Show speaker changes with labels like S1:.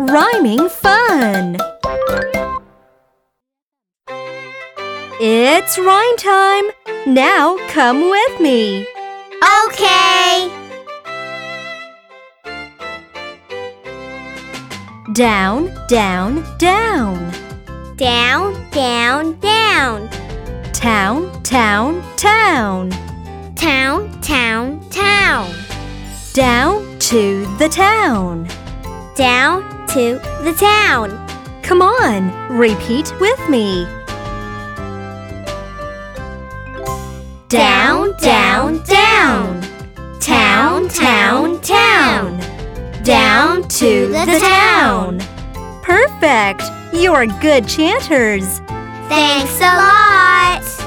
S1: Rhyming fun! It's rhyme time! Now come with me!
S2: Okay.
S1: Down, down, down.
S2: Down, down, down.
S1: Town, town, town.
S2: Town, town, town.
S1: Down to the town.
S2: Down to the town.
S1: Come on, repeat with me.
S2: Down, down, down. Town, town, town. Down to the town.
S1: Perfect! You're good chanters.
S2: Thanks a lot.